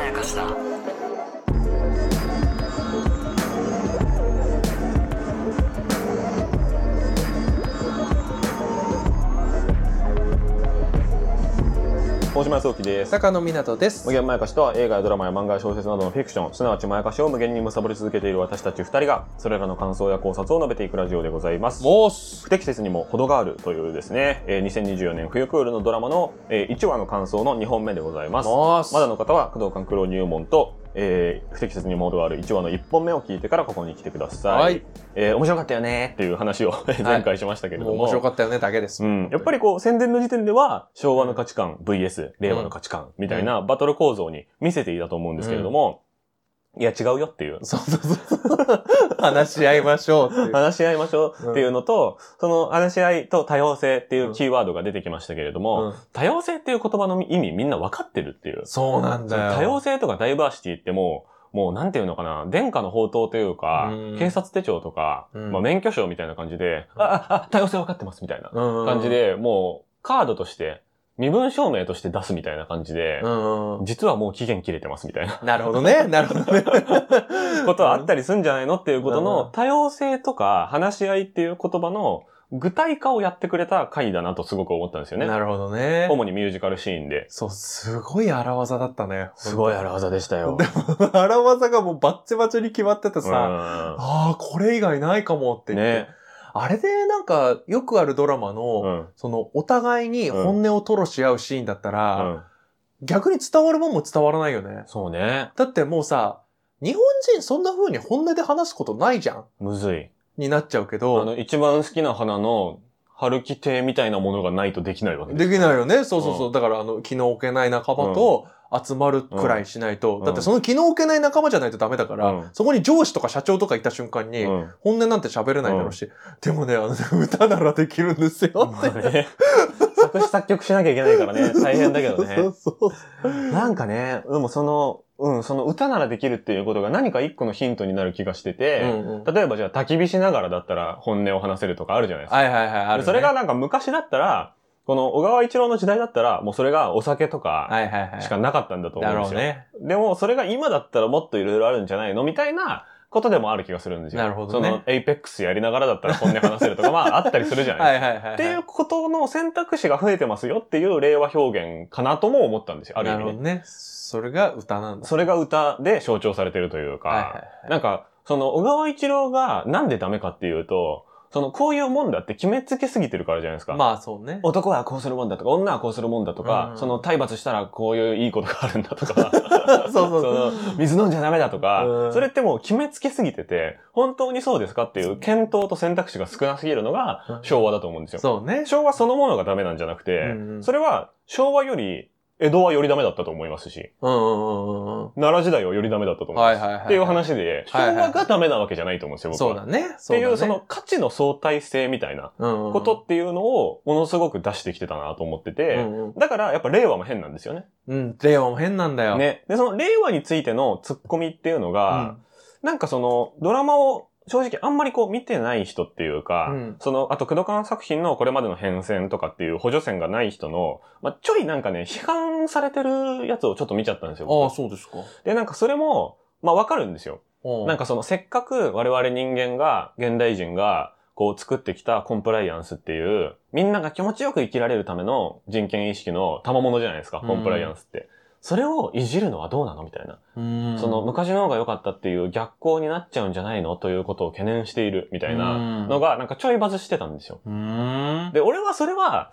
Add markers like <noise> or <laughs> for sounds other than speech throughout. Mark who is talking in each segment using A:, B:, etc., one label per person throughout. A: やかしだ
B: 大島康之です。
C: 坂野湊です
B: 無限まやかしとは映画やドラマや漫画や小説などのフィクション、すなわちまやかしを無限に貪り続けている私たち二人が、それらの感想や考察を述べていくラジオでございます。
C: モース
B: 不適切にも程があるというですね、えー2024年冬クールのドラマの、え1話の感想の2本目でございます。
C: モース
B: まだの方は、工藤官九郎入門と、えー不適切にも程がある1話の1本目を聞いてからここに来てください。
C: はい
B: えー面白かったよねっていう話を <laughs> 前回しましたけれど
C: もう
B: も。
C: 面白かったよねだけです、
B: うん、やっぱりこう宣伝の時点では昭和の価値観 VS 令和の価値観みたいなバトル構造に見せていたと思うんですけれども、いや違うよっていう。
C: そうそうそう話し合いましょうっていう
B: 話し合いましょうっていうのと、その話し合いと多様性っていうキーワードが出てきましたけれども、
C: うん
B: 多様性っていう言葉の意味みんな分かってるっていう。
C: そうなんだよ
B: 多様性とかダイバーシティってもう、もうなんていうのかな、殿下の宝刀というか、
C: うん
B: 警察手帳とか、
C: うん
B: まあ免許証みたいな感じで、あ、あ、あ、多様性分かってますみたいな。感
C: 感
B: じで、もうカードとして、身分証明として出すみたいな感じで
C: う、んうん
B: 実はもう期限切れてますみたいな
C: なるほ
B: <laughs>
C: どねなるほどね
B: ことはあったりすんじゃないのっていうことの
C: うん
B: 多様性とか話し合いっていう言葉の具体化をやってくれた回だなとすごく思ったんですよね。
C: なるほどね
B: 主にミュージカルシーンで。
C: そうすごい荒技だったね
B: 荒技でした
C: でも荒技がもうバッチバチに決まってて
B: う
C: さ、
B: ん
C: ああこれ以外ないかもって言って、
B: ね。
C: あれでなんかよくあるドラマの、
B: うん。うん
C: そのお互いに本音を吐露し合うシーンだったら、逆に伝わるもんも伝わらないよね。
B: そうね。
C: だってもうさ、日本人そんな風に本音で話すことないじゃん
B: むずい。
C: になっちゃうけ
B: あ
C: ど、
B: の、一番好きな花の春樹亭みたいなものがないとできないわけ
C: できないよね。そうそうそう。
B: う
C: だからあの、気の置けない仲間と集まるくらいしないと、
B: うん
C: だってその気の置けない仲間じゃないとダメだから、
B: うん
C: そこに上司とか社長とかいた瞬間に、
B: うん
C: 本音なんて喋れないだろうし、でもね、あの <laughs> ね、歌ならできるんですよって。
B: まあね <laughs> 作詞作曲しなきゃいけないからね、大変だけど
C: そ
B: ね
C: う。そう
B: なんかね、でもその、うん、その歌ならできるっていうことが何か一個のヒントになる気がして
C: そう。
B: て、
C: うんうん
B: 例えばじゃあ焚き火しながらだったら本音を話せるとかあるじゃないですか。
C: はいはいはい、ある、ね。
B: それが、なんか昔だったら、この小川一郎の時代だったら、もうそれがお酒とか
C: はいはいはい。
B: しかなかったんだと思う
C: だ
B: んで
C: ろ
B: す
C: う
B: よ。
C: ね。
B: でもそれが今だったらもっといろいろあるんじゃないのみたいなことでもある気がするんですよ。
C: なるほどね
B: そのエイペックスやりながらだったら本音話せるとか、まああったりするじゃないですか
C: はいはいはいはい。
B: っていうことの選択肢が増えてますよっていう令和表現かなとも思ったんですよ、ある意
C: なる
B: 味
C: ほ
B: ね、
C: どね。それが歌なんだ。
B: それが歌で象徴されてるというか、
C: はいはいは
B: なんか、その小川一郎がなんでダメかっていうと、そのこういうもんだって決めつけすぎてるからじゃないですか。
C: い。まあそうね。
B: 男はこうするもんだとか、女はこうするもんだとか、
C: うん
B: その体罰したらこういういいことがあるんだとか、
C: <laughs> そうそうそう。
B: の水飲んじゃダメだとか、
C: うん
B: それってもう決めつけすぎてて、本当にそうですかっていう検討と選択肢が少なすぎるのが昭和だと思うんですよ。
C: そうね。
B: 昭和そのものがダメなんじゃなくて、
C: うんうん
B: それは昭和より江戸はよりダメだったと思いますし、
C: うんうんうんうん
B: 奈良時代はよりダメだったと思い
C: は
B: ま
C: い
B: す。
C: はいはい。
B: っていう話で、昭
C: はいはい
B: 和がダメなわけじゃないと思うんですよ、僕は。
C: そうだね。
B: っ
C: そ
B: て
C: うだ
B: い
C: ね
B: う、その価値の相対性みたいなこ、
C: こと
B: っていうのをものすごく出してきてたなと思って
C: う
B: て、
C: んうん
B: だからやっぱ令和も変なんですよね。
C: うん。令和も変なんだよ。。
B: ね。で、その令和についてのツッコミっていうの
C: う
B: が、
C: ん。
B: なんかその、ドラマを正直あんまりこう見てない人っていうか、
C: うん
B: その、あと、クドカン作品のこれまでの変遷とかっていう補助線がない人の、まあ、ちょいなんかね、批判されてるやつをちょっと見ちゃったんですよ。
C: ああ、
B: 僕
C: そうですか。
B: で、なんかそれも、まあわかるんですよ。
C: な
B: なん、かその、せっかく我々人間が、現代人が、こう作ってきたコンプライアンスっていう、みんなが気持ちよく生きられるための人権意識の賜物じゃないですか、コンプライアンスって。それをいじるのはどうなのみたいな。
C: うん
B: その、昔の方が良かったっていう逆行になっちゃうんじゃないのということを懸念しているみたいなの
C: の、
B: がなんかちょいバズしてたんですよ。<laughs>
C: うーん。
B: で、俺はそれは、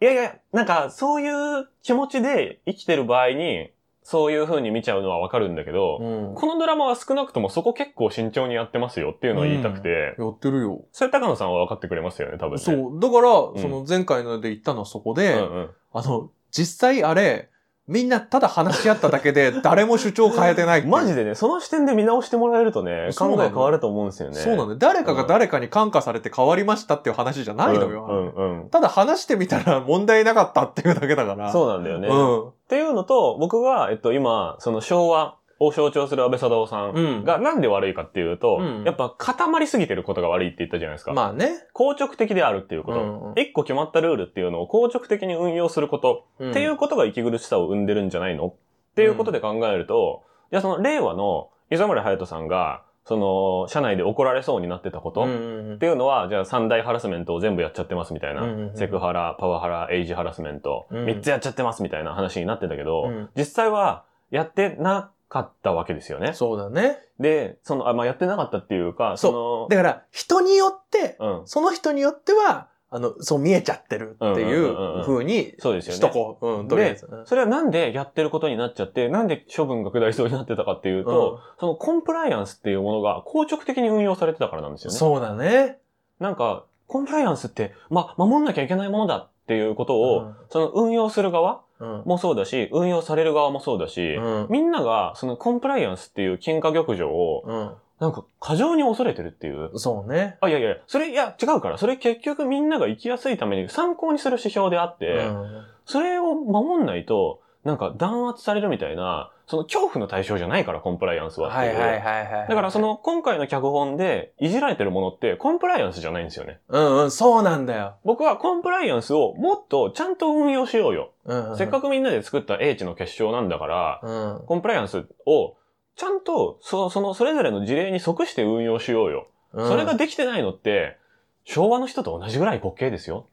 B: いやいや、なんかそういう気持ちで生きてる場合にそういう風に見ちゃうのはわかるんだけど、
C: うん
B: このドラマは少なくともそこ結構慎重にやってますよっていうのは言いたくて、
C: やってるよ。
B: それ高野さんは分かってくれますよね、多分ね。
C: そう。だか
B: ん
C: ら、その前回ので言ったのはそこ
B: うん
C: で、
B: うん。
C: あの、実際あれ、みんなただ話し合っただけ <laughs> で誰も主張変えてないっていう
B: マジでね、その視点で見直してもらえるとね、
C: そ
B: 考
C: うなの
B: え変わると思うんですよね。
C: そうなんだよ。誰かが誰かに感化されて変わりましたっていう話じゃないのよ。
B: うんうんうん。
C: ただ話してみたら問題なかったっていうだけだから。
B: そうなんだよ
C: う
B: ね。
C: ん。
B: っていうのと、僕が、えっと、今、その昭和を象徴する安倍貞夫さん
C: うん。
B: がなんで悪いかっていうと、
C: うん
B: やっぱ固まりすぎてることが悪いって言ったじゃないですか。
C: まあね。
B: 硬直的であるっていうこ
C: うんうん
B: と。一、個決まったルールっていうのを硬直的に運用すること、
C: っ
B: っていうことが息苦しさを生んでるんじゃないのっっていうことで考えると、じゃあその令和の磯村隼人さんが、その、社内で怒られそうになってたこと、
C: うん
B: っ
C: うんうん
B: ていうのは、じゃあ三大ハラスメントを全部やっちゃってますみたいな。
C: うんうんうん
B: セクハラ、パワハラ、エイジハラスメント、
C: うん
B: 三つやっちゃってますみたいな話になってたけど、
C: うん
B: 実際はやってなかったわけですよね。
C: そうだね。
B: で、その、あ、まあ、やってなかったっていうか、そ
C: だから、人によって、
B: の、うん。
C: その人によっては、あの、そう見えちゃってるって
B: んうんうん
C: い
B: う
C: うんう風に
B: そうですよね。
C: しとこう。うん、とりあえず。うん
B: それはなんでやってることになっちゃって、なんで処分が下りそうになってたかっていうと、そのコンプライアンスっていうものが硬直的に運用されてたからなんですよね。
C: そうだね。
B: なんか、コンプライアンスって、ま、守んなきゃいけないものだっていうことを、
C: うん
B: その運用する側
C: うん。
B: もそうだし、運用される側もそうだし、
C: うん
B: みんながそのコンプライアンスっていう金貨玉条を、
C: う
B: なんか過剰に恐れてるっていう。
C: ん。そうね。
B: あ、いやいや、それ、いや、違うから、それ結局みんなが生きやすいために参考にする指標であって、
C: うん
B: それを守んないと、なんか弾圧されるみたいな、その恐怖の対象じゃないから、コンプライアンスはって。
C: はいいうはいはいはい。
B: だからそ、の今回の脚本でいじられてるものってコンプライアンスじゃないんですよね。
C: うんうん、そうなんだよ。
B: 僕はコンプライアンスをもっとちゃんと運用しようよ。
C: うんうん。
B: せっかくみんなで作った英知の結晶なんだから、
C: うん。
B: コンプライアンスをちゃんとそそのそれぞれの事例に即して運用しようよ。
C: うん、
B: それができてないのって、昭和の人と同じぐらい滑稽ですよ。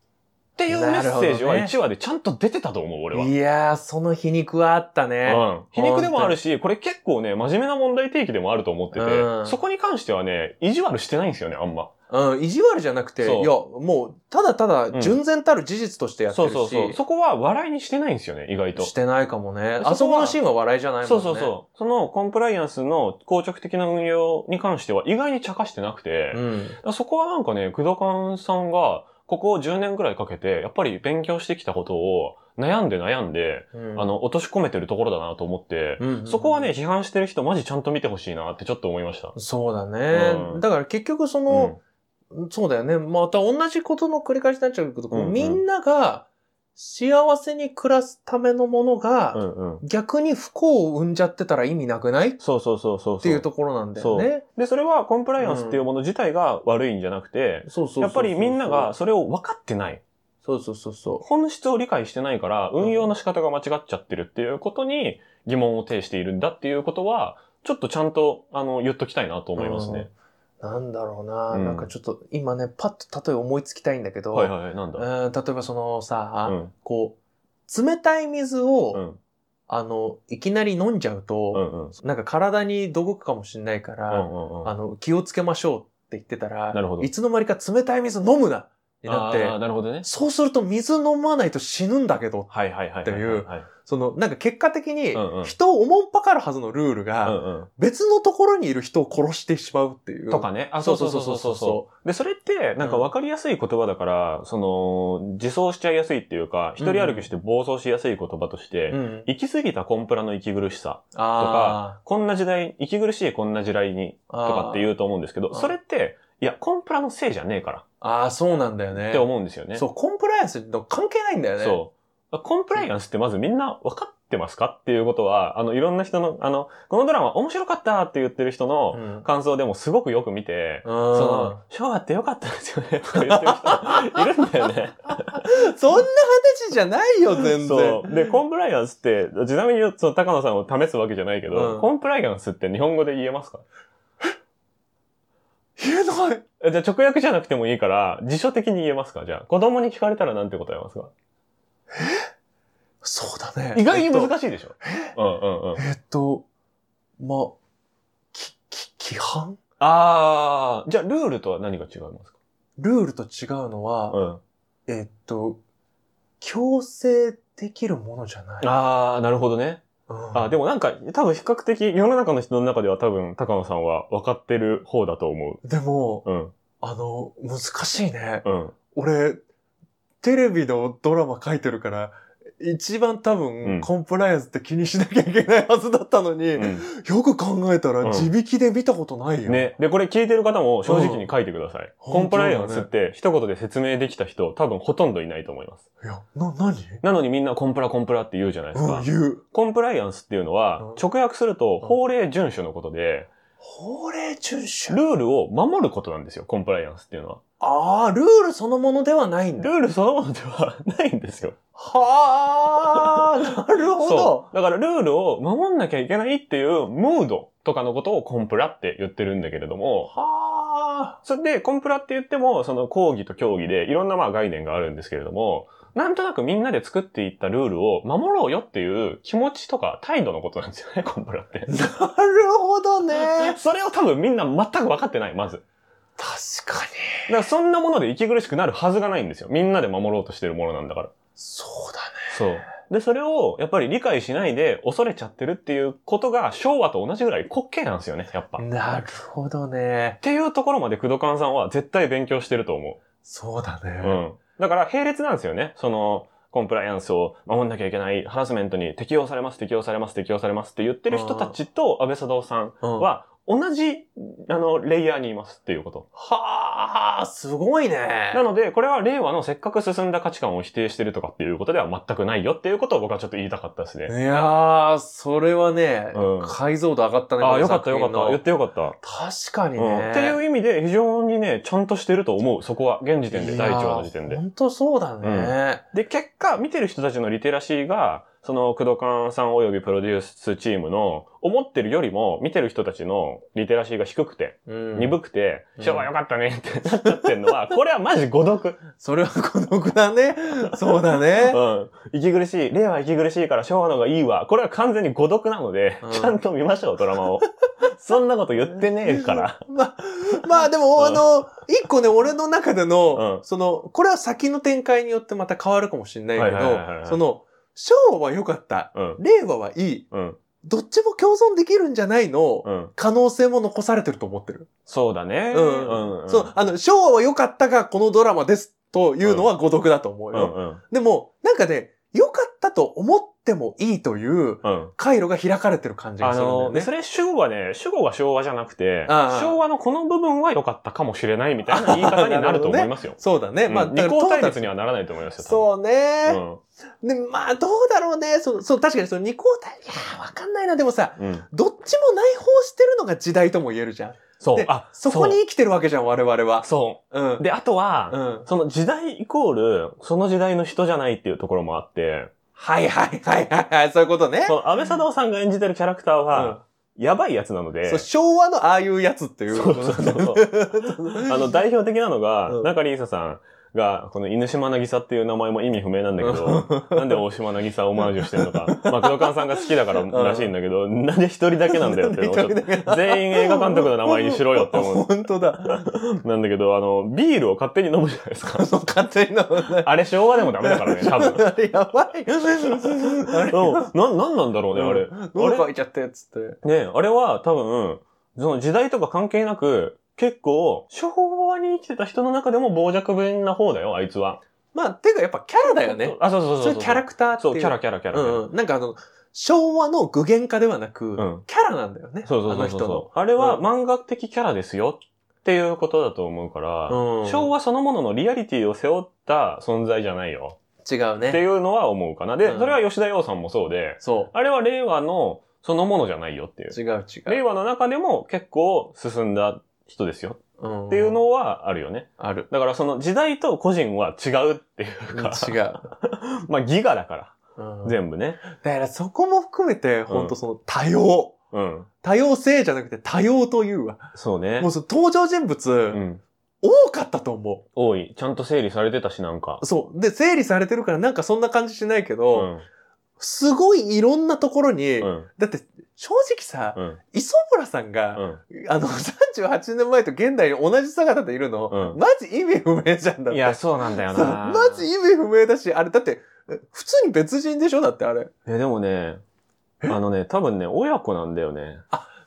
B: っていうメッセージは
C: なるほどね
B: 1話でちゃんと出てたと思う、俺は。
C: いやー、その皮肉はあったね。
B: うん、皮肉でもあるし、これ結構ね、真面目な問題提起でもあると思ってて、
C: うん
B: そこに関してはね、意地悪してないんですよね、あんま。
C: うん、意地悪じゃなくて、い
B: そう
C: や、もう、ただた
B: う
C: だ、
B: ん
C: 純然たる事実としてやって
B: そう
C: るし、
B: そうそう。そこは笑いにしてないんですよね、意外と。
C: してないかも
B: そ
C: ね。
B: こは
C: あそこのシーンは笑いじゃないもんね。
B: そうそうそう。そのコンプライアンスの硬直的な運用に関しては意外に茶化してなくて、
C: うん。
B: そこはなんかね、工藤勘さんが、ここ10年くらいかけて、やっぱり勉強してきたことを悩んで悩んで、
C: うん
B: あ、の、落とし込めてるところだなと思って、
C: うんうん
B: そこはね、、批判してる人マジちゃんと見てほしいなってちょっと思いました。
C: そうだね。
B: うん
C: だから結局その、そうだよね。また同じことの繰り返しになっちゃうけど、
B: うんうん
C: みんなが幸せに暮らすためのものが、
B: うん、うんうん。
C: 逆に不幸を生んじゃってたら意味なくないっ
B: そうそうそうそうそう。
C: ていうところなんだよね。
B: で、それはコンプライアンスっていうもの自体が悪いんじゃなくて、
C: そうそうそうそう
B: やっぱりみんなが、それを分かってない。
C: そうそうそうそ
B: 本質を理解してないから、運用の仕方が間違っちゃってるっていうことに疑問を呈しているんだっていうことは、ちょっとちゃんと、あの、言っときたいなと思いますね。
C: う。なんだろうな、
B: うん
C: なんかちょっと今ね、パッと例え思いつきたいんだけど、
B: はいはいはい、なんだ。
C: うん例えばそのさ、
B: うん。
C: こう、冷たい水を、
B: うん。
C: あの、いきなり飲んじゃう
B: う
C: と、
B: んうん。
C: なんか体に毒くかもしれないか
B: う
C: ら、
B: んうんうん。
C: あの、気をつけましょうって言ってたら、
B: なるほど
C: いつの間にか冷たい水飲むなにな
B: あー
C: って、
B: なるほどね。
C: そうすると水飲まないと死ぬんだけど、
B: はいはいはいはいはい。
C: っていう
B: はい。
C: その、なんか結果的に
B: うんうん、
C: 人をおもんぱかるはずのルール
B: う
C: が、
B: んうん。
C: 別のところにいる人を殺してしまうっていう。
B: とかね。あ、そうそうそうそうそうそう。で、それって、なんか分かりやすい言葉だから、その、自走しちゃいやすいっていうか、一人歩きして暴走しやすい言葉として、
C: うん。
B: 行き過ぎたコンプラの息苦しさ。
C: あ
B: こんな時代、息苦しいこんな時代に、
C: ー
B: と
C: あー。
B: かって
C: う。
B: 言うと思うんですけど、
C: あー
B: それって、いや、コンプラのせいじゃねえから、
C: ああ、そうなんだよね。
B: って思うんですよね。
C: そう、コンプライアンスと関係ないんだよね。
B: そう。コンプライアンスってまずみんな分かってますかっていうことは、あの、いろんな人の、あの、このドラマ面白かったって言ってる人
C: う
B: の
C: ん。うん。
B: 感想でもすごくよく見て、その、昭和って良かったですよね、とか言ってる人いるんだよね。
C: そんな話じゃないよ、全然。
B: そう。で、コンプライアンスって、ちなみに、その、高野さんを試すわけじゃないけど、
C: うん
B: コンプライアンスって日本語で言えますか
C: 言えない。
B: えじゃあ直訳じゃなくてもいいから、辞書的に言えますかじゃあ、子供に聞かれたらなんて答えますか
C: そうだね。
B: 意外に
C: えっと
B: 難しいでしょ、うんうんうん。
C: えっと、まあ、き、き、規範
B: あー、じゃあ、ルールとは何が違いますか
C: ルールと違うのは、
B: ん。
C: えっと、強制できるものじゃない。
B: あー、なるほどね。
C: うん
B: あ、でもなんか、多分比較的、世の中の人の中では多分、高野さんは分かってる方だと思
C: でも、
B: う。うん、
C: あの、難しいね。
B: うん。
C: 俺、テレビのドラマ書いてるから、一番多
B: うん
C: 分、コンプライアンスって気にしなきゃいけないはずだったのに、
B: うん
C: よく考えた
B: うん
C: ら、自力で見たことないよ。
B: ね。で、これ聞いてる方も正直に書いてください。
C: うん
B: コンプライアンスって一言で説明できた人、多分ほとんどいないと思います。
C: いや、な、何
B: なのにみんなコンプラコンプラって言うじゃないです
C: う
B: か
C: ん、。言う。
B: コンプライアンスっていうのは
C: う、ん
B: 直訳すると
C: うん
B: 法令遵守のことで、
C: 法令遵守
B: ルールを守ることなんですよ、コンプライアンスっていうのは。
C: ああ、ルールそのものではないん
B: ル
C: だ。
B: ールそのものではないんですよ。
C: はあ、なるほ
B: そ
C: ど。
B: う。だからルールを守んなきゃいけないっていうムードとかのことをコンプラって言ってるんだけれども、
C: はあ。
B: それでコンプラって言っても、その講義と競技でいろんなまあ概念があるんですけれども、なんとなくみんなで作っていったルールを守ろうよっていう気持ちとか態度のことなんですよね、 <laughs> コンプラって。
C: なるほどね。
B: それを多分みんな全く分かってない、まず。
C: 確かに。
B: だからそんなもので息苦しくなるはずがないんですよ。みんなで守ろうとしてるものなんだから。
C: そうだね。
B: そう。で、それをやっぱり理解しないで恐れちゃってるっていうことが昭和と同じぐらい滑稽なんですよね、やっぱ。っ
C: なるほどね。
B: ていうところまで工藤勘さんは絶対勉強してると思
C: そうだ
B: う。
C: ね。
B: うん。だから並列なんですよね。その、コンプライアンスを守んなきゃいけない、ハラスメントに適用されます、適用されます、適用されますって言ってる人たちと安倍佐藤さん
C: うん
B: は同じ、あの、レイヤーにいますっていうこと。
C: はあ、すごいね。
B: なので、これは令和のせっかく進んだ価値観を否定してるとかっていうことでは全くないよっていうことを僕はちょっと言いたかったですね。
C: いやー、それはね、
B: うん
C: 解像度上がったね。
B: あ
C: こ
B: あ、
C: の
B: よかった
C: 作
B: よか
C: 品
B: っ
C: の
B: た。言ってよかった。
C: 確かに
B: うん
C: ね。
B: っていう意味で非常にね、ちゃんとしてると思う。そこは、現時点で、第1話の時点で。
C: 本当そうだね。
B: で、結果、見てる人たちのリテラシーが、その、工藤勘さん及びプロデュースチームの、思ってるよりも、見てる人たちのリテラシーが低くて、
C: うん
B: 鈍くて、
C: うん
B: 昭和良かったねってなっちゃってるの
C: <laughs>
B: は、これはマジ誤読。
C: それは孤独
B: <laughs>
C: だね。そうだね。
B: うん。息苦しい。令和息苦しいから昭和の方がいいわ。これは完全に誤読なので、
C: うん
B: ちゃんと見ましょう、ドラ
C: <laughs>
B: マを。そんなこと言ってねえから。
C: まあ、まあでも、
B: うん
C: あの、一個ね、俺の中での、
B: うん
C: その、これは先の展開によってまた変わるかもしれないけど、
B: はいはいはいはい
C: その、昭和は良かった。
B: うん。
C: 令和はいい。
B: うん。
C: どっちも共存できるんじゃないの、
B: うん。
C: 可能性も残されてると思ってる。
B: そうだね。
C: うん
B: うん。うん。
C: そう、あの、昭和は良かったが、このドラマですというのは誤読だと思う
B: う
C: よ。
B: ん。うん。
C: でも、なんかね、良かったと思ってもいいという
B: うん。
C: 回路が開かれてる感じが
B: あ
C: するんだよ
B: の、
C: ね。
B: でそれ主語はね、主語は昭和じゃなくて
C: ああ、。
B: 昭和のこの部分は良かったかもしれないみたいな言い方になると思いますよ
C: そうだね。まあ、
B: うん二項対立に
C: は。
B: はならないと思いますよ。
C: そう
B: 多
C: ね、
B: 分
C: で、まあ、どうだろうね。そう、そう、確かにその二項対立、いやーわかんないな。でもさ、
B: うん。うん。
C: どっちも内包してるのが時代とも言えるじゃん。
B: そう
C: で。
B: あ、
C: そこに
B: う。
C: 生きてるわけじゃん、我々は。
B: そ
C: う
B: う。。
C: ん
B: で、あとは、
C: うん。
B: その時代イコール、その時代の人じゃないっていうところもあって、
C: はいはいはいはいはい、そういうことね。
B: その安倍貞夫さんが演じてるキャラクターは、やばいやつなので
C: そう、昭和のああいうやつっていう。
B: そうそうそう
C: <laughs>
B: あの、代表的なのが、
C: うん
B: 中里依紗さんが、この犬島渚っていう名前も意味不明なんだけ
C: <laughs>
B: ど、なんで大島渚をオマージュしてるのか、まあ、黒川さんが好きだかららしいんだけど、なんで一人だけなんだよっていうのをち
C: <laughs>
B: ょっと全員映画監督の名前にしろよって思
C: 本当だ。
B: う。なんだけど、あの、ビールを勝手に飲むじゃないですか。
C: その勝手にな
B: あれ昭和でもダメだからね、多分。
C: あれやばい。あれ
B: うん、な、なんなんだろうね、あれ。
C: 喉乾いちゃったやつって。
B: ねあれは多分、その時代とか関係なく、結構、昭和に生きてた人の中でも傍若無人な方だよ、あいつは。
C: まあ、ていうかやっぱキャラだよね。
B: あ、そうそうそう
C: そう
B: そ。
C: いううキャラクターってい。
B: そうう、キャラキャラキャラ。
C: うんうん。なんかあの、昭和の具現化ではな
B: う
C: く、
B: ん。そう
C: キャラなんだよね。
B: そうそうそう。
C: あの人の。
B: あれは
C: う
B: 漫画的キャラですよっていうことだと思うから、
C: うん
B: 昭和そのもののリアリティを背負った存在じゃないよ
C: 違う
B: ってい
C: ね。
B: うのは思うかな。で、
C: うん
B: それは吉田洋さんもそうで、
C: そ
B: あれは令和のそのものじゃないよっていう。
C: う。違う違
B: 令
C: う。
B: 和の中でも結構進んだ人ですよ
C: っ
B: っていうのはあるよね。
C: ある。
B: だからその時代と個人は違うっ
C: <laughs>
B: ていうか、
C: 違う。
B: まあギガだから、
C: うん
B: 全部ね。
C: だからそこも含めて、本当その多様。
B: うん。
C: 多様性じゃなくて多様というわ。
B: そうね
C: もう。その登場人
B: う
C: 物、
B: ん。
C: 多かったと思
B: 多い。ちゃんと整理されてたし、なんか
C: う。。そう。で、整理されてるからなんかそんな感じしないけ
B: う
C: ど、
B: ん。
C: すごいいろんなところに、
B: うん。
C: だって正直さ、
B: うん。
C: 磯村さんが、
B: う
C: あの、38年前と現代に同じ姿でいるの、
B: うん
C: マジ意味不明じゃん
B: ん。
C: だって。
B: いや、そうなんだよ
C: そう
B: な。
C: マジ意味不明だし、あれ、だって、え普通に別人でしょだってあれ。
B: え、でもね、あのね、多分ね、親子なんだよね。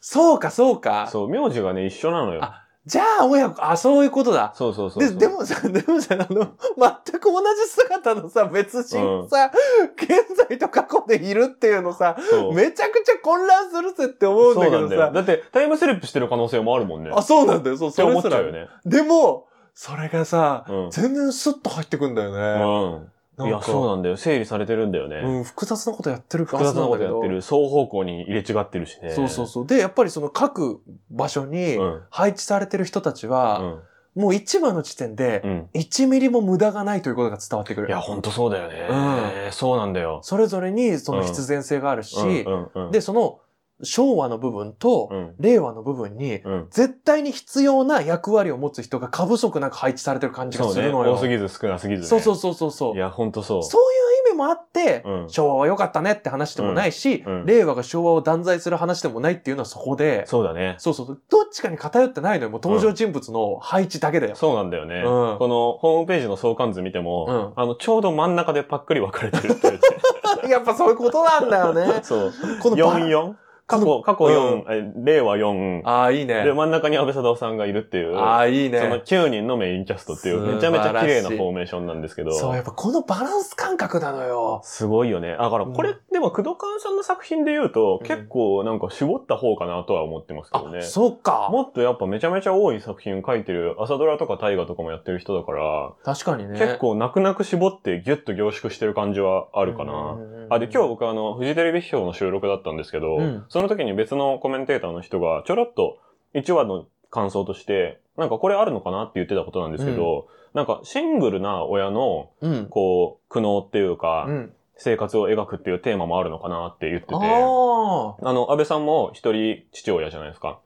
C: そうか、そうか。
B: そう、名字がね、一緒なのよ
C: あ。じゃあ、親子、あ、そういうことだ。
B: そうそうそう
C: で、
B: そう。
C: で、もさ、でもさ、あの、全く同じ姿のさ、別人さ、現在と過去でいるっていうのさ、
B: そう
C: めちゃくちゃ混乱するぜって思うんだけ
B: そうな
C: ど
B: んだよ。
C: さ、
B: だって、タイムスリップしてる可能性もあるもんね。
C: あ、
B: っ
C: そうなんだよ、そう、
B: て
C: そ
B: 思
C: れ
B: っち
C: す
B: ゃ
C: ら
B: うよ。ね。
C: でも、それがさ、
B: うん
C: 全然スッと入ってくんだよね。
B: うん。いや、そう
C: う
B: なんだよ。整理されてるんだよね。
C: うん、複雑なことやってる
B: 複雑なことやって
C: は
B: る。双方向に入れ違ってるし
C: ずな
B: ね。
C: んだけどそうそうそう。で、やっぱりその各場所に
B: うん。
C: 配置されてる人たち
B: う
C: は、
B: ん。
C: もう一話の時点で、
B: うん。
C: 1ミリも無駄がないということが伝わってくる。
B: いや、ほんとそうだよね。
C: う
B: そうなんだよ。
C: それぞれにその必然性があるし、
B: うんうんうん、
C: で、その昭和の部分と
B: うん、
C: 令和の部分に、
B: うん。
C: 絶対に必要な役割を持つ人が過不足なく配置されてる感じが
B: そう
C: す
B: ね。
C: るのよ。
B: 多すぎず少なすぎず、ね。
C: そうそう
B: う
C: そうそうそう。
B: や、ほんとそう。
C: そういう意味もあって、
B: うん
C: 昭和は良かったねって話でもないし、
B: うんうん
C: 令和が昭和を断罪する話でもないっていうのはそこで、
B: そうだね。
C: そうそうそう、どっちかに偏ってないのよ。もう登場人物の配置だ
B: <laughs>
C: けだよ。
B: そうなんだよね。
C: うん
B: このホームページの相関図見ても、あの、ちょうど真ん中でパックリ分かれてるって言って。
C: <laughs> やっぱそういうことなんだよ
B: <laughs>
C: ね
B: そう。
C: このバラ
B: 44? 過去、過去4、え令和4。
C: ああ、いいね
B: で、。真ん中に安倍貞夫さんがいるっていう。
C: ああ、いい
B: その
C: ね。
B: 9人のメインキャストっていう、めちゃめちゃ綺麗なフォーメーションなんですけど。
C: そう、やっぱこのバランス感覚なのよ。
B: すごいよね。だから、これ、
C: うん
B: でも、工藤勘さんの作品で言うと、
C: うん
B: 結構なんか絞った方かなとは思ってますけ
C: あ
B: どね。、
C: そうか。
B: もっとやっぱめちゃめちゃ多い作品書いてる、朝ドラとか大河とかもやってる人だから、
C: 確かにね。
B: 結構泣く泣く絞ってギュッと凝縮してる感じはあ
C: あ
B: るかな。。あ、で、今日僕あの、フジテレビ批評の収録だったんですけど、
C: うん
B: その時に別のコメンテーターの人がちょろっと1話の感想として、なんかこれあるのかなって言ってたことなんですけど、なんかシングルな親の、
C: うん。
B: こう、苦悩っていうか、
C: うん。
B: 生活を描くっていうテーマもあるのかなって言ってて、
C: あ
B: あ
C: あ。
B: の、安倍さんも一人父親じゃないですか。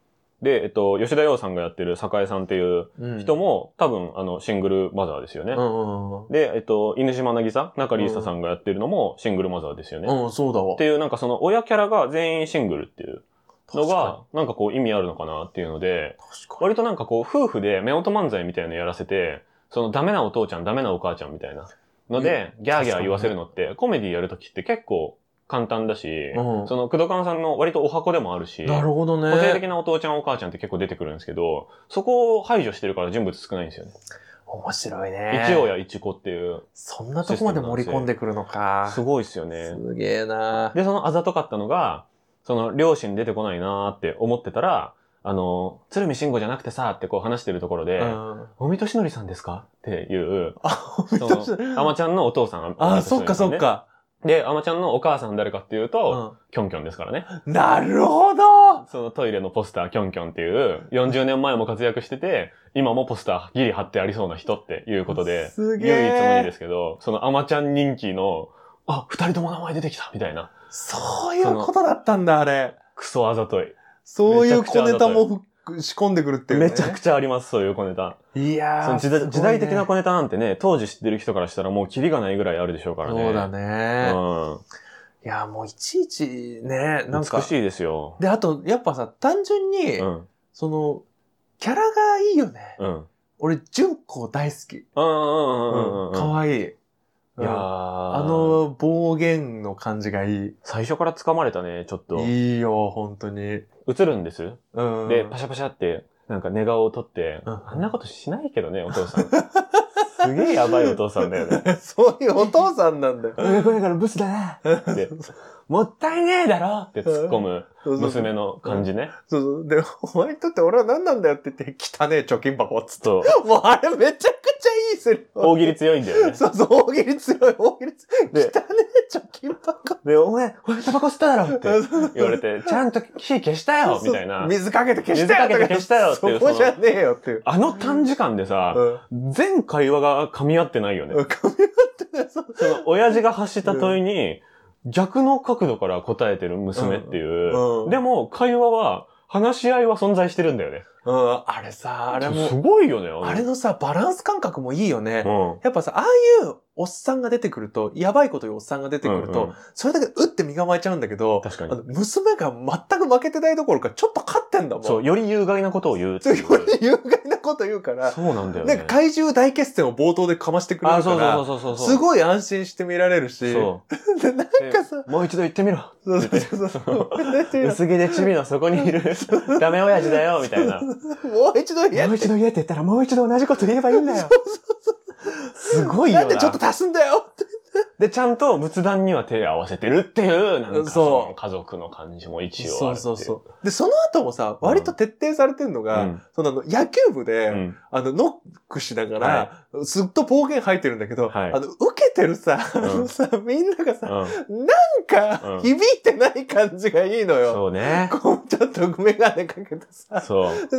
B: で、えっと、吉田洋さんがやってる栄さんっていう
C: うん
B: 人も、多分、あの、シングルマザーですよね。
C: うんうん
B: で、えっと、犬島渚、中里依紗さんがやってるのもシングルマザーですよね。
C: う
B: っ
C: ん。うん、そうだわ
B: て。いう、なんかその親キャラが全員シングルっていうのが
C: 確、
B: なんかこう意味あるのかなっていうので、
C: かに、確かに。
B: 割となんかこう夫婦で夫婦漫才みたいなのやらせて、そのダメなお父ちゃん、ダメなお母ちゃんみたいなので、ギャーギャー言わせるのって、コメディやるときって結構簡単だし、
C: うん
B: その、工藤勘さんの割とお箱でもあるし、
C: なるほどね。
B: 個性的なお父ちゃんお母ちゃんって結構出てくるんですけど、そこを排除してるから人物少ないんですよね。
C: 面白いね。
B: 一親一子っていう。
C: そんなとこまで盛り込んでくるのか。
B: すごいですよね。
C: すげえな
B: で、そのあざとかったのが、その両親出てこないなーって思ってたら、あの、鶴見慎吾じゃなくてさーってこう話してるところで、
C: うん
B: おみとしのりさんですかっていう、
C: あ、 <laughs>
B: その、あまちゃんのお父さん。
C: あ、そっかそっ。か。
B: で、あまちゃんのお母さん誰かっていうと、
C: う
B: キョンキョンですからね。
C: んなるほど
B: そのトイレのポスター、キョンキョンっていう、40年前も活躍してて、今もポスターギリ貼ってありそうな人っていうことで、
C: すげ
B: 唯一無二で
C: え
B: すけど、そのあまちゃん人気の、あ、二人とも名前出てきたみたいな、
C: そういうことだったんだ、あれ。
B: クソあざとい。
C: そういう小ネタもふっ仕込んでくるっていうね。
B: めちゃくちゃあります、そういう小ネタ。
C: いやー
B: その時代
C: すごいね
B: 時代的な小ネタなんてね、当時知ってる人からしたらもうキリがないぐらいあるでしょうからね。
C: そうだね。
B: う
C: いや、もういちいちね、なん
B: ん。
C: か。
B: 美しいですよ。
C: で、あと、やっぱさ、単純に、
B: うん。
C: その、キャラがいいよね。
B: うん。
C: 俺、純子大好き。
B: うんうん
C: う
B: うんうん
C: ん。か
B: うん。
C: わいい。い
B: いやー
C: あ、の暴言の感じがいい。
B: 最初から掴まれたね、ちょっと。
C: いいよ、本当に。
B: 映るんです。
C: うん。
B: で、パシャパシャって、なんか寝顔を撮って、
C: うん
B: あんなことしないけどね、お父さん。すげえやばいお父さんだよ
C: <laughs>
B: ね。
C: <laughs> そういうお父さんなんだよ。
B: 俺これからブスだなって、もったいねえだろって突っ込む
C: そうそう
B: 娘の感じね。
C: そうそう。で、お前にとって俺は何なんだよって言って、汚ねえ貯金箱っつって。
B: そう。
C: もうあれめちゃくちゃいいセリフ。
B: 大喜利強いんだよね。
C: そうそう、大喜利強い、大喜利強い。汚
B: で
C: ねえ貯金箱。
B: で、お前、お前タバコ吸っただろって
C: そう
B: 言われて、ちゃんと火消したよみたいな。
C: 水かけて消したよ
B: 水かけて消したよっていう
C: そこじゃねえよっていう。
B: あの短時間でさ、
C: うん
B: 全会話が噛み合ってないよね。
C: 髪合ってないそう
B: その、親父が発した問いに、逆の角度から答えてる娘っていうう。
C: ん
B: でも、会話は、話し合いは存在してるんだよね。
C: うん、あれさ、あれ
B: す
C: も、
B: ごいよね、
C: あれのさ、バランス感覚もいいよね。
B: の。うん。
C: やっぱさ、ああいうおっさんが出てくると、やばいこと言うおっさんが出てくる
B: うんう
C: と
B: ん、
C: それだけうって身構えちゃうんだけど、
B: 確か
C: あ
B: に
C: の。娘が全く負けてないどころか、ちょっと勝ってんだもん。
B: そう、より有害なことを言うって
C: そう
B: い。
C: いうう有害なこと言うから、
B: そうなんだよね。
C: なんか怪獣大決戦を冒頭でかましてくれ
B: あ、
C: るか
B: そうそ
C: ら
B: う、そうそうそう。
C: すごい安心して見られるし、
B: そ
C: でなん
B: う。
C: かさ、
B: でもう一度言ってみろ。
C: そうそうそうそう。
B: <laughs> 薄毛でチビの底にいるダメ親父だよ、みたいな。
C: もう一度や
B: もう
C: っ
B: 一
C: て。
B: 度言えって言ったらもう一度同じこと言えばいいんだよ。すごいよ
C: な
B: な。
C: んでちょっと足すんだよ
B: で、ちゃんと仏壇には手を合わせてるっていう、なんか
C: そう
B: その家族の感じも一応
C: そ
B: あるっ
C: う
B: てい
C: そうそう。で、その後もさ、割と徹底されてるの
B: う
C: が、
B: ん
C: そのあの野球部で、
B: うん
C: あの、ノックしながら、ずっと暴言吐いてるんだけど、
B: はい
C: あの、受けてるさ、
B: ん
C: あのさ、みんながさ、
B: うん
C: なんか
B: うん、
C: 響いてない感じがいいのよ。
B: そうね。
C: こう、ちょっとメガネかけてさ、
B: そう。
C: 先生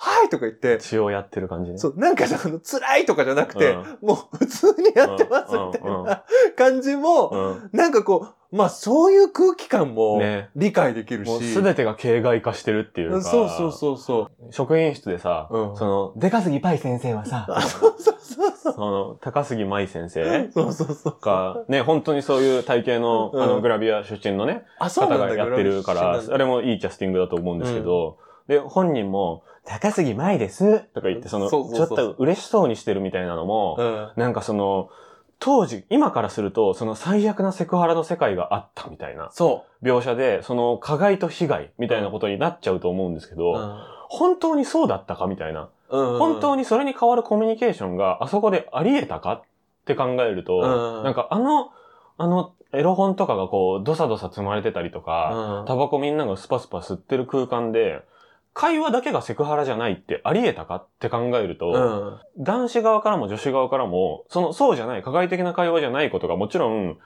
C: はいとか言って、
B: 血をやってる感じね。
C: そう、なんかさ、あの、辛いとかじゃなくて、
B: うん
C: もう普通にやってますみたい
B: うんうんうん
C: な感じも、
B: う
C: なんかこう、まあそういう空気感
B: ん。
C: も
B: ね。
C: 理解できるし。
B: もうすべてが形骸化してるっていううんか。
C: そうそうそうそう。
B: う。職員室でさ、
C: うん
B: その、でかすぎパイ先生はさ、
C: あそうそうそうそう。
B: その、高杉舞先生
C: そうそうそう。
B: が、ね、本当にそういう体型の、
C: うん
B: あの、グラビア出身のね、
C: あ、そう
B: 方
C: なん
B: が
C: だ
B: やってるから、
C: グラ
B: あれもいいキャスティングだと思うんですけど、で、本人も、高杉舞ですとか言って、その、ち
C: そうそうそ
B: ょ
C: う
B: っと嬉しそうにしてるみたいなのも、
C: ビアうん。
B: なんかその、当時、今からすると、その最悪なセクハラの世界があったみたいな
C: そ
B: 描写で、その加害と被害みたいなことになっちゃうと思うんですけ
C: う。
B: ど、
C: うん
B: 本当にそうだったかみたいな、本
C: 本
B: 当にそれに変わるコミュニケーションがあそこであり得たかって考えると、
C: うん
B: なんかあの、あのエロ本とかがこう、どさどさ積まれてたりとか、タバコみんながスパスパ吸ってる空間で、会話だけがセクハラじゃないってあり得たかって考えると、
C: うん。
B: 男子側からも女子側からも、その、そうじゃない、加害的な会話じゃないことがもちろん、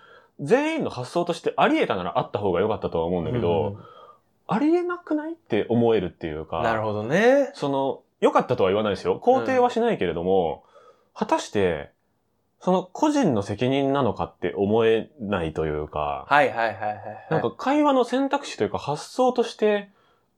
B: 全員の発想としてあり得たならあった方が良かったとは思うんだけど、ありえなくないって思えるっていう
C: う
B: か、
C: ん、なるほどね。
B: その、良かったとは言わないですよ。肯定はしないけれども、果たして、その個人の責任なのかって思えないというか、
C: はいはいはいはい。
B: なんか、会話の選択肢というか発想として、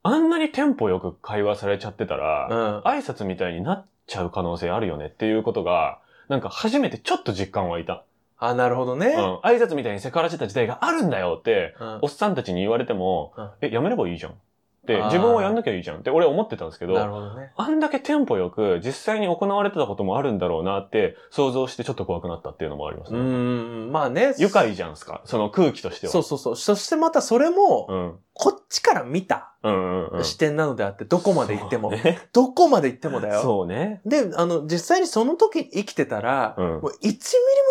B: あんなにテンポよく会話されちゃってたら、
C: うん。
B: 挨拶みたいになっちゃう可能性あるよねっていうことが、なんか初めてちょっと実感湧いた。
C: あ、なるほどね
B: う。ん。挨拶みたいにセクハラしてた時代があるんだよって、
C: うん
B: おっさんたちに言われても
C: うん、
B: え、やめればいいじゃん。って
C: あー
B: 自分はやんなきゃいいじゃんって俺思ってたんですけ
C: なる
B: ど、
C: ほどね。
B: あんだけテンポよく実際に行われてたこともあるんだろうなって想像してちょっと怖くなったっていうのもあります
C: う
B: ね。
C: ん。まあね。
B: 愉快じゃんすか、その空気としては。
C: そうそうそう。そしてまたそれも、
B: うん。
C: こっちから見た
B: うんうんうん。
C: 視点なのであって、どこまで行っても。
B: そうね。
C: どこまで行ってもだよ。
B: そうね。
C: で、あの、実際にその時生きてたら、
B: うん
C: もう1ミリも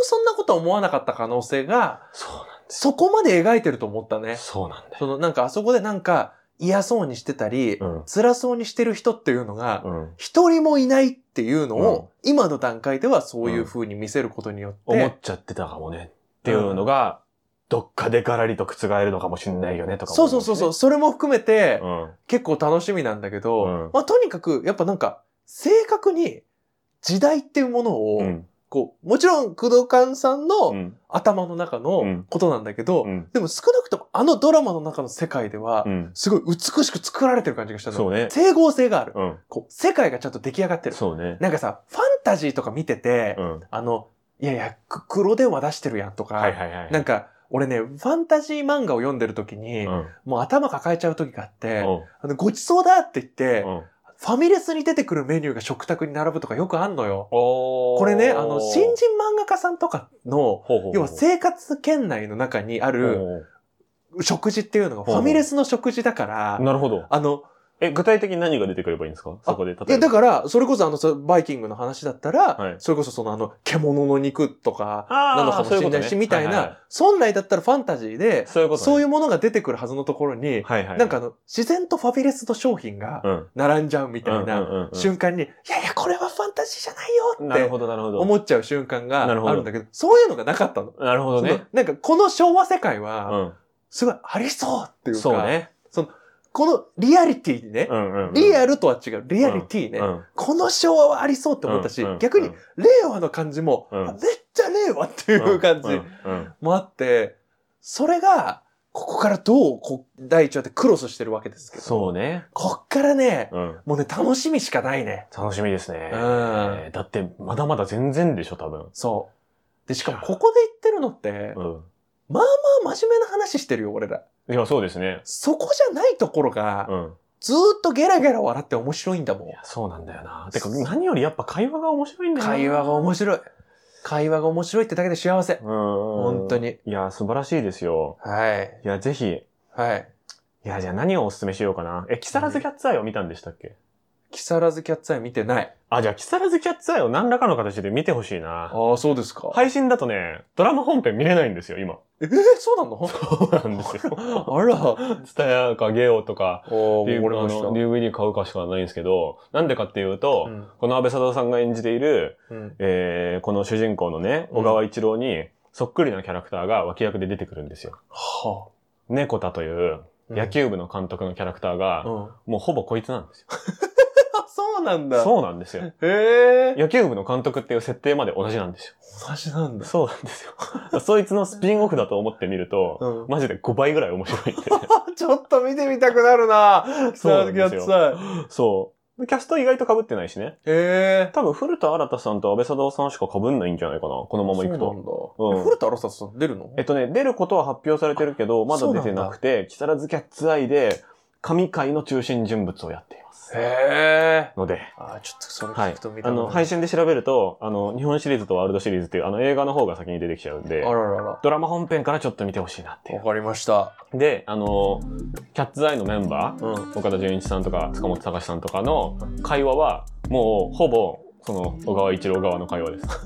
C: そんなことは思わなかった可能性が、
B: そうなん
C: そこまで描いてると思った
B: だよ。
C: ね。
B: そうなんだよ。
C: その、なんかあそこでなんか嫌そうにしてたり、
B: うん。
C: 辛そうにしてる人っていうのが、
B: うん。
C: 一人もいないっていうのを、今の段階ではそういう風に見せることによって、
B: 思っちゃってたかもねっていうのが、どっかでからりと覆るのかもしれないよねとか
C: そうそうそうそう、それも含めて、
B: 思う
C: 結構楽しみなんだけど、
B: うん
C: まあとにかく、やっぱなんか、正確に時代っていうもの
B: ん
C: を、
B: ですね。
C: こう、もちろん、工藤勘さん
B: う
C: の
B: ん。
C: 頭の中
B: う
C: の
B: ん
C: ことなんだけど、
B: うん。うん。
C: でも少なくともあのドラマの中の世界では
B: う、ん。
C: すごい美しく作られてる感じがしたの。
B: そうね。
C: 整合性がある。
B: うん。
C: こう、世界がちゃんと出来上がってる。
B: そうね。
C: なんかさ、ファンタジーとか見てて、
B: うん。
C: あの、いやいや、く黒電話出してるやんとか、
B: はいはいはい。
C: なんか、俺ね、ファンタジー漫画を読んでる時に、
B: うん。
C: もう頭抱えちゃう時があっ
B: う
C: て、
B: ん
C: あの、ごちそうだって言って、
B: うん。
C: ファミレスに出てくるメニューが食卓に並ぶとかよくあんのよ。
B: お
C: これね、あの、新人漫画家さんとかの、
B: ほうほうほう
C: 要は生活圏内の中にある
B: ほう
C: 食事っていうのがフ
B: ほう
C: ァミレスの食事だから、
B: なるほど。
C: あの、
B: え、具体的に何が出てくればいいんですかそこで。例
C: いや、
B: えば
C: だから、それこそあの、そバイキングの話だったら、
B: はい
C: それこそそのあの、獣の肉とか、
B: あー
C: なのかもし
B: そう
C: れないし、
B: いう
C: み
B: こと
C: た
B: ね
C: い
B: はいはい
C: な、本来だったらファンタジーで、
B: そういうことね。。
C: そういううものが出てくるはずのところに、
B: はいはい。
C: なんかあ、の、自然とファミレスの商品が
B: うん。
C: 並んじゃうみたい
B: うんうんうん
C: な
B: うん
C: 瞬間に、いやいや、これはファンタジーじゃな
B: ない
C: よ
B: る
C: って
B: ほどなるほど。
C: 思っちゃう瞬間が
B: なるほど
C: あるんだけど、そういうのがなかったの。
B: なるほど
C: そ
B: ね
C: の。なんかこの昭和世界
B: う
C: は、
B: ん。
C: すごいありそうっていうか、
B: そうね。
C: このリアリティね、
B: うんうんうん。
C: リ
B: ル
C: アルとは違う、リアリティね、
B: っ
C: この昭和はありそうって思ったし、逆に令和の感じも、
B: うん
C: あめっちゃ令和っていう感じもあって、それが、ここからどうこう第一話ってクロスしてるわけですけど、
B: そうね。
C: こっからね、
B: うん。
C: もうね、楽しみしかないね。
B: 楽しみですね。
C: う
B: え
C: ん
B: ーだって、まだまだ全然でしょ、多分。
C: そう。で、しかもここで言ってるのって、まあ真面目な話してるよ、俺ら。
B: うん。いや、そうですね。
C: そこじゃないところが、
B: うん。
C: ずーっとゲラゲラ笑って面白いんだも
B: い
C: ん。
B: や、そうなんだよな。てか、何よりやっぱ会話が面白いんだよな。
C: 会話が面白い。会話が面白いってだけで幸せ。
B: うんうん。
C: 本当に。
B: いや、素晴らしいですよ。
C: はい。
B: いや、ぜひ。い
C: はい。
B: や、じゃあ何をお勧めしようかな。え、木更津キャッツアイを見たんでしたっけ
C: 木更津キャッツアイ見てない。
B: あ、じゃあ、木更津キャッツアイを何らかの形で見てほしいな。
C: ああ、そうですか。い。
B: 配信だとね、ドラマ本編見れないんですよ、今。
C: えー、そうなの
B: そうなんです <laughs> よ。
C: あら。
B: ツタヤかゲオとか、
C: お
B: っていう
C: ー、
B: あ
C: わかりました。
B: の DVD 買うかしかないんですけど、なんでかっていうと、
C: うん
B: この安倍佐藤さんが演じている、
C: うん
B: えーこの主人公のね、
C: うん
B: 小川一郎に、そっくりなキャラクターが脇役で出てくるんですよ。
C: は
B: 猫田という
C: あ。
B: 野球部の監督のキャラクターが、
C: うん。うん、あ、
B: もうほぼこいつなんですよ。
C: そうそうなんだ。
B: そうなんです <laughs> よ。
C: へえ。
B: 野球部の監督っていう設定まで同じなんです
C: 同じなん
B: よ。
C: だ。
B: そうなんですよ。 <laughs> そいつのスピンオフだと思ってみると、
C: うん、
B: マジで5倍ぐらい面白いんで。
C: ちょっと見てみたくなるな
B: そうなんですよ
C: やってたい
B: <laughs> そう。キャスト意外と被ってないしね。
C: へえ。
B: 多分古田新太さんと安倍貞夫さんしか被んないんじゃないかな。このままいくと。
C: そうな
B: う
C: んだ。
B: ん
C: え古田新太さん出るの
B: えっとね、出ることは発表されてるけど、まだ出てなくて、木更津キャッツアイで、神回の中心人物をやっています。
C: へえ。
B: ので、
C: あー、ちょっとそれ
B: は
C: 聞
B: い
C: くと見。た
B: あ
C: くなる
B: の、配信で調べると、あの、日本シリーズとワールドシリーズっていう、あの、映画の方が先に出てきちゃうんで
C: あ、ららら
B: ドラマ本編からちょっと見てほしいなってい
C: ら。
B: う。
C: わかりました。
B: で、あの、キャッツアイのメンバー、
C: うん。
B: 岡田准一さんとか塚本隆さんとかの会話はもうほぼその小川一郎側の会話です。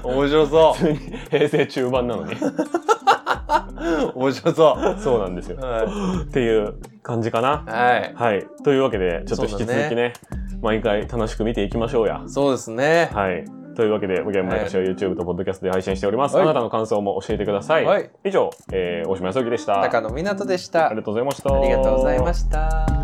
B: <laughs>
C: 面白そ
B: 普通に平成中盤なの
C: <laughs>
B: に。
C: う。面白そう。
B: そうなんですよ。
C: は
B: っていう感じか
C: い。
B: な。
C: はい。
B: はい。というわけでちょっと引き続き
C: そうだ
B: ね毎回楽しく見ていきましょうや。
C: そうですね。
B: はい。というわけで、ゲーム毎週は YouTube と Podcast で配信しております。
C: はい
B: あなたの感想も教えてください。
C: はい
B: 以上、えー、大島康之でした。あ
C: 中野湊でした。あ
B: り
C: り
B: がとうございました。
C: がとうございました。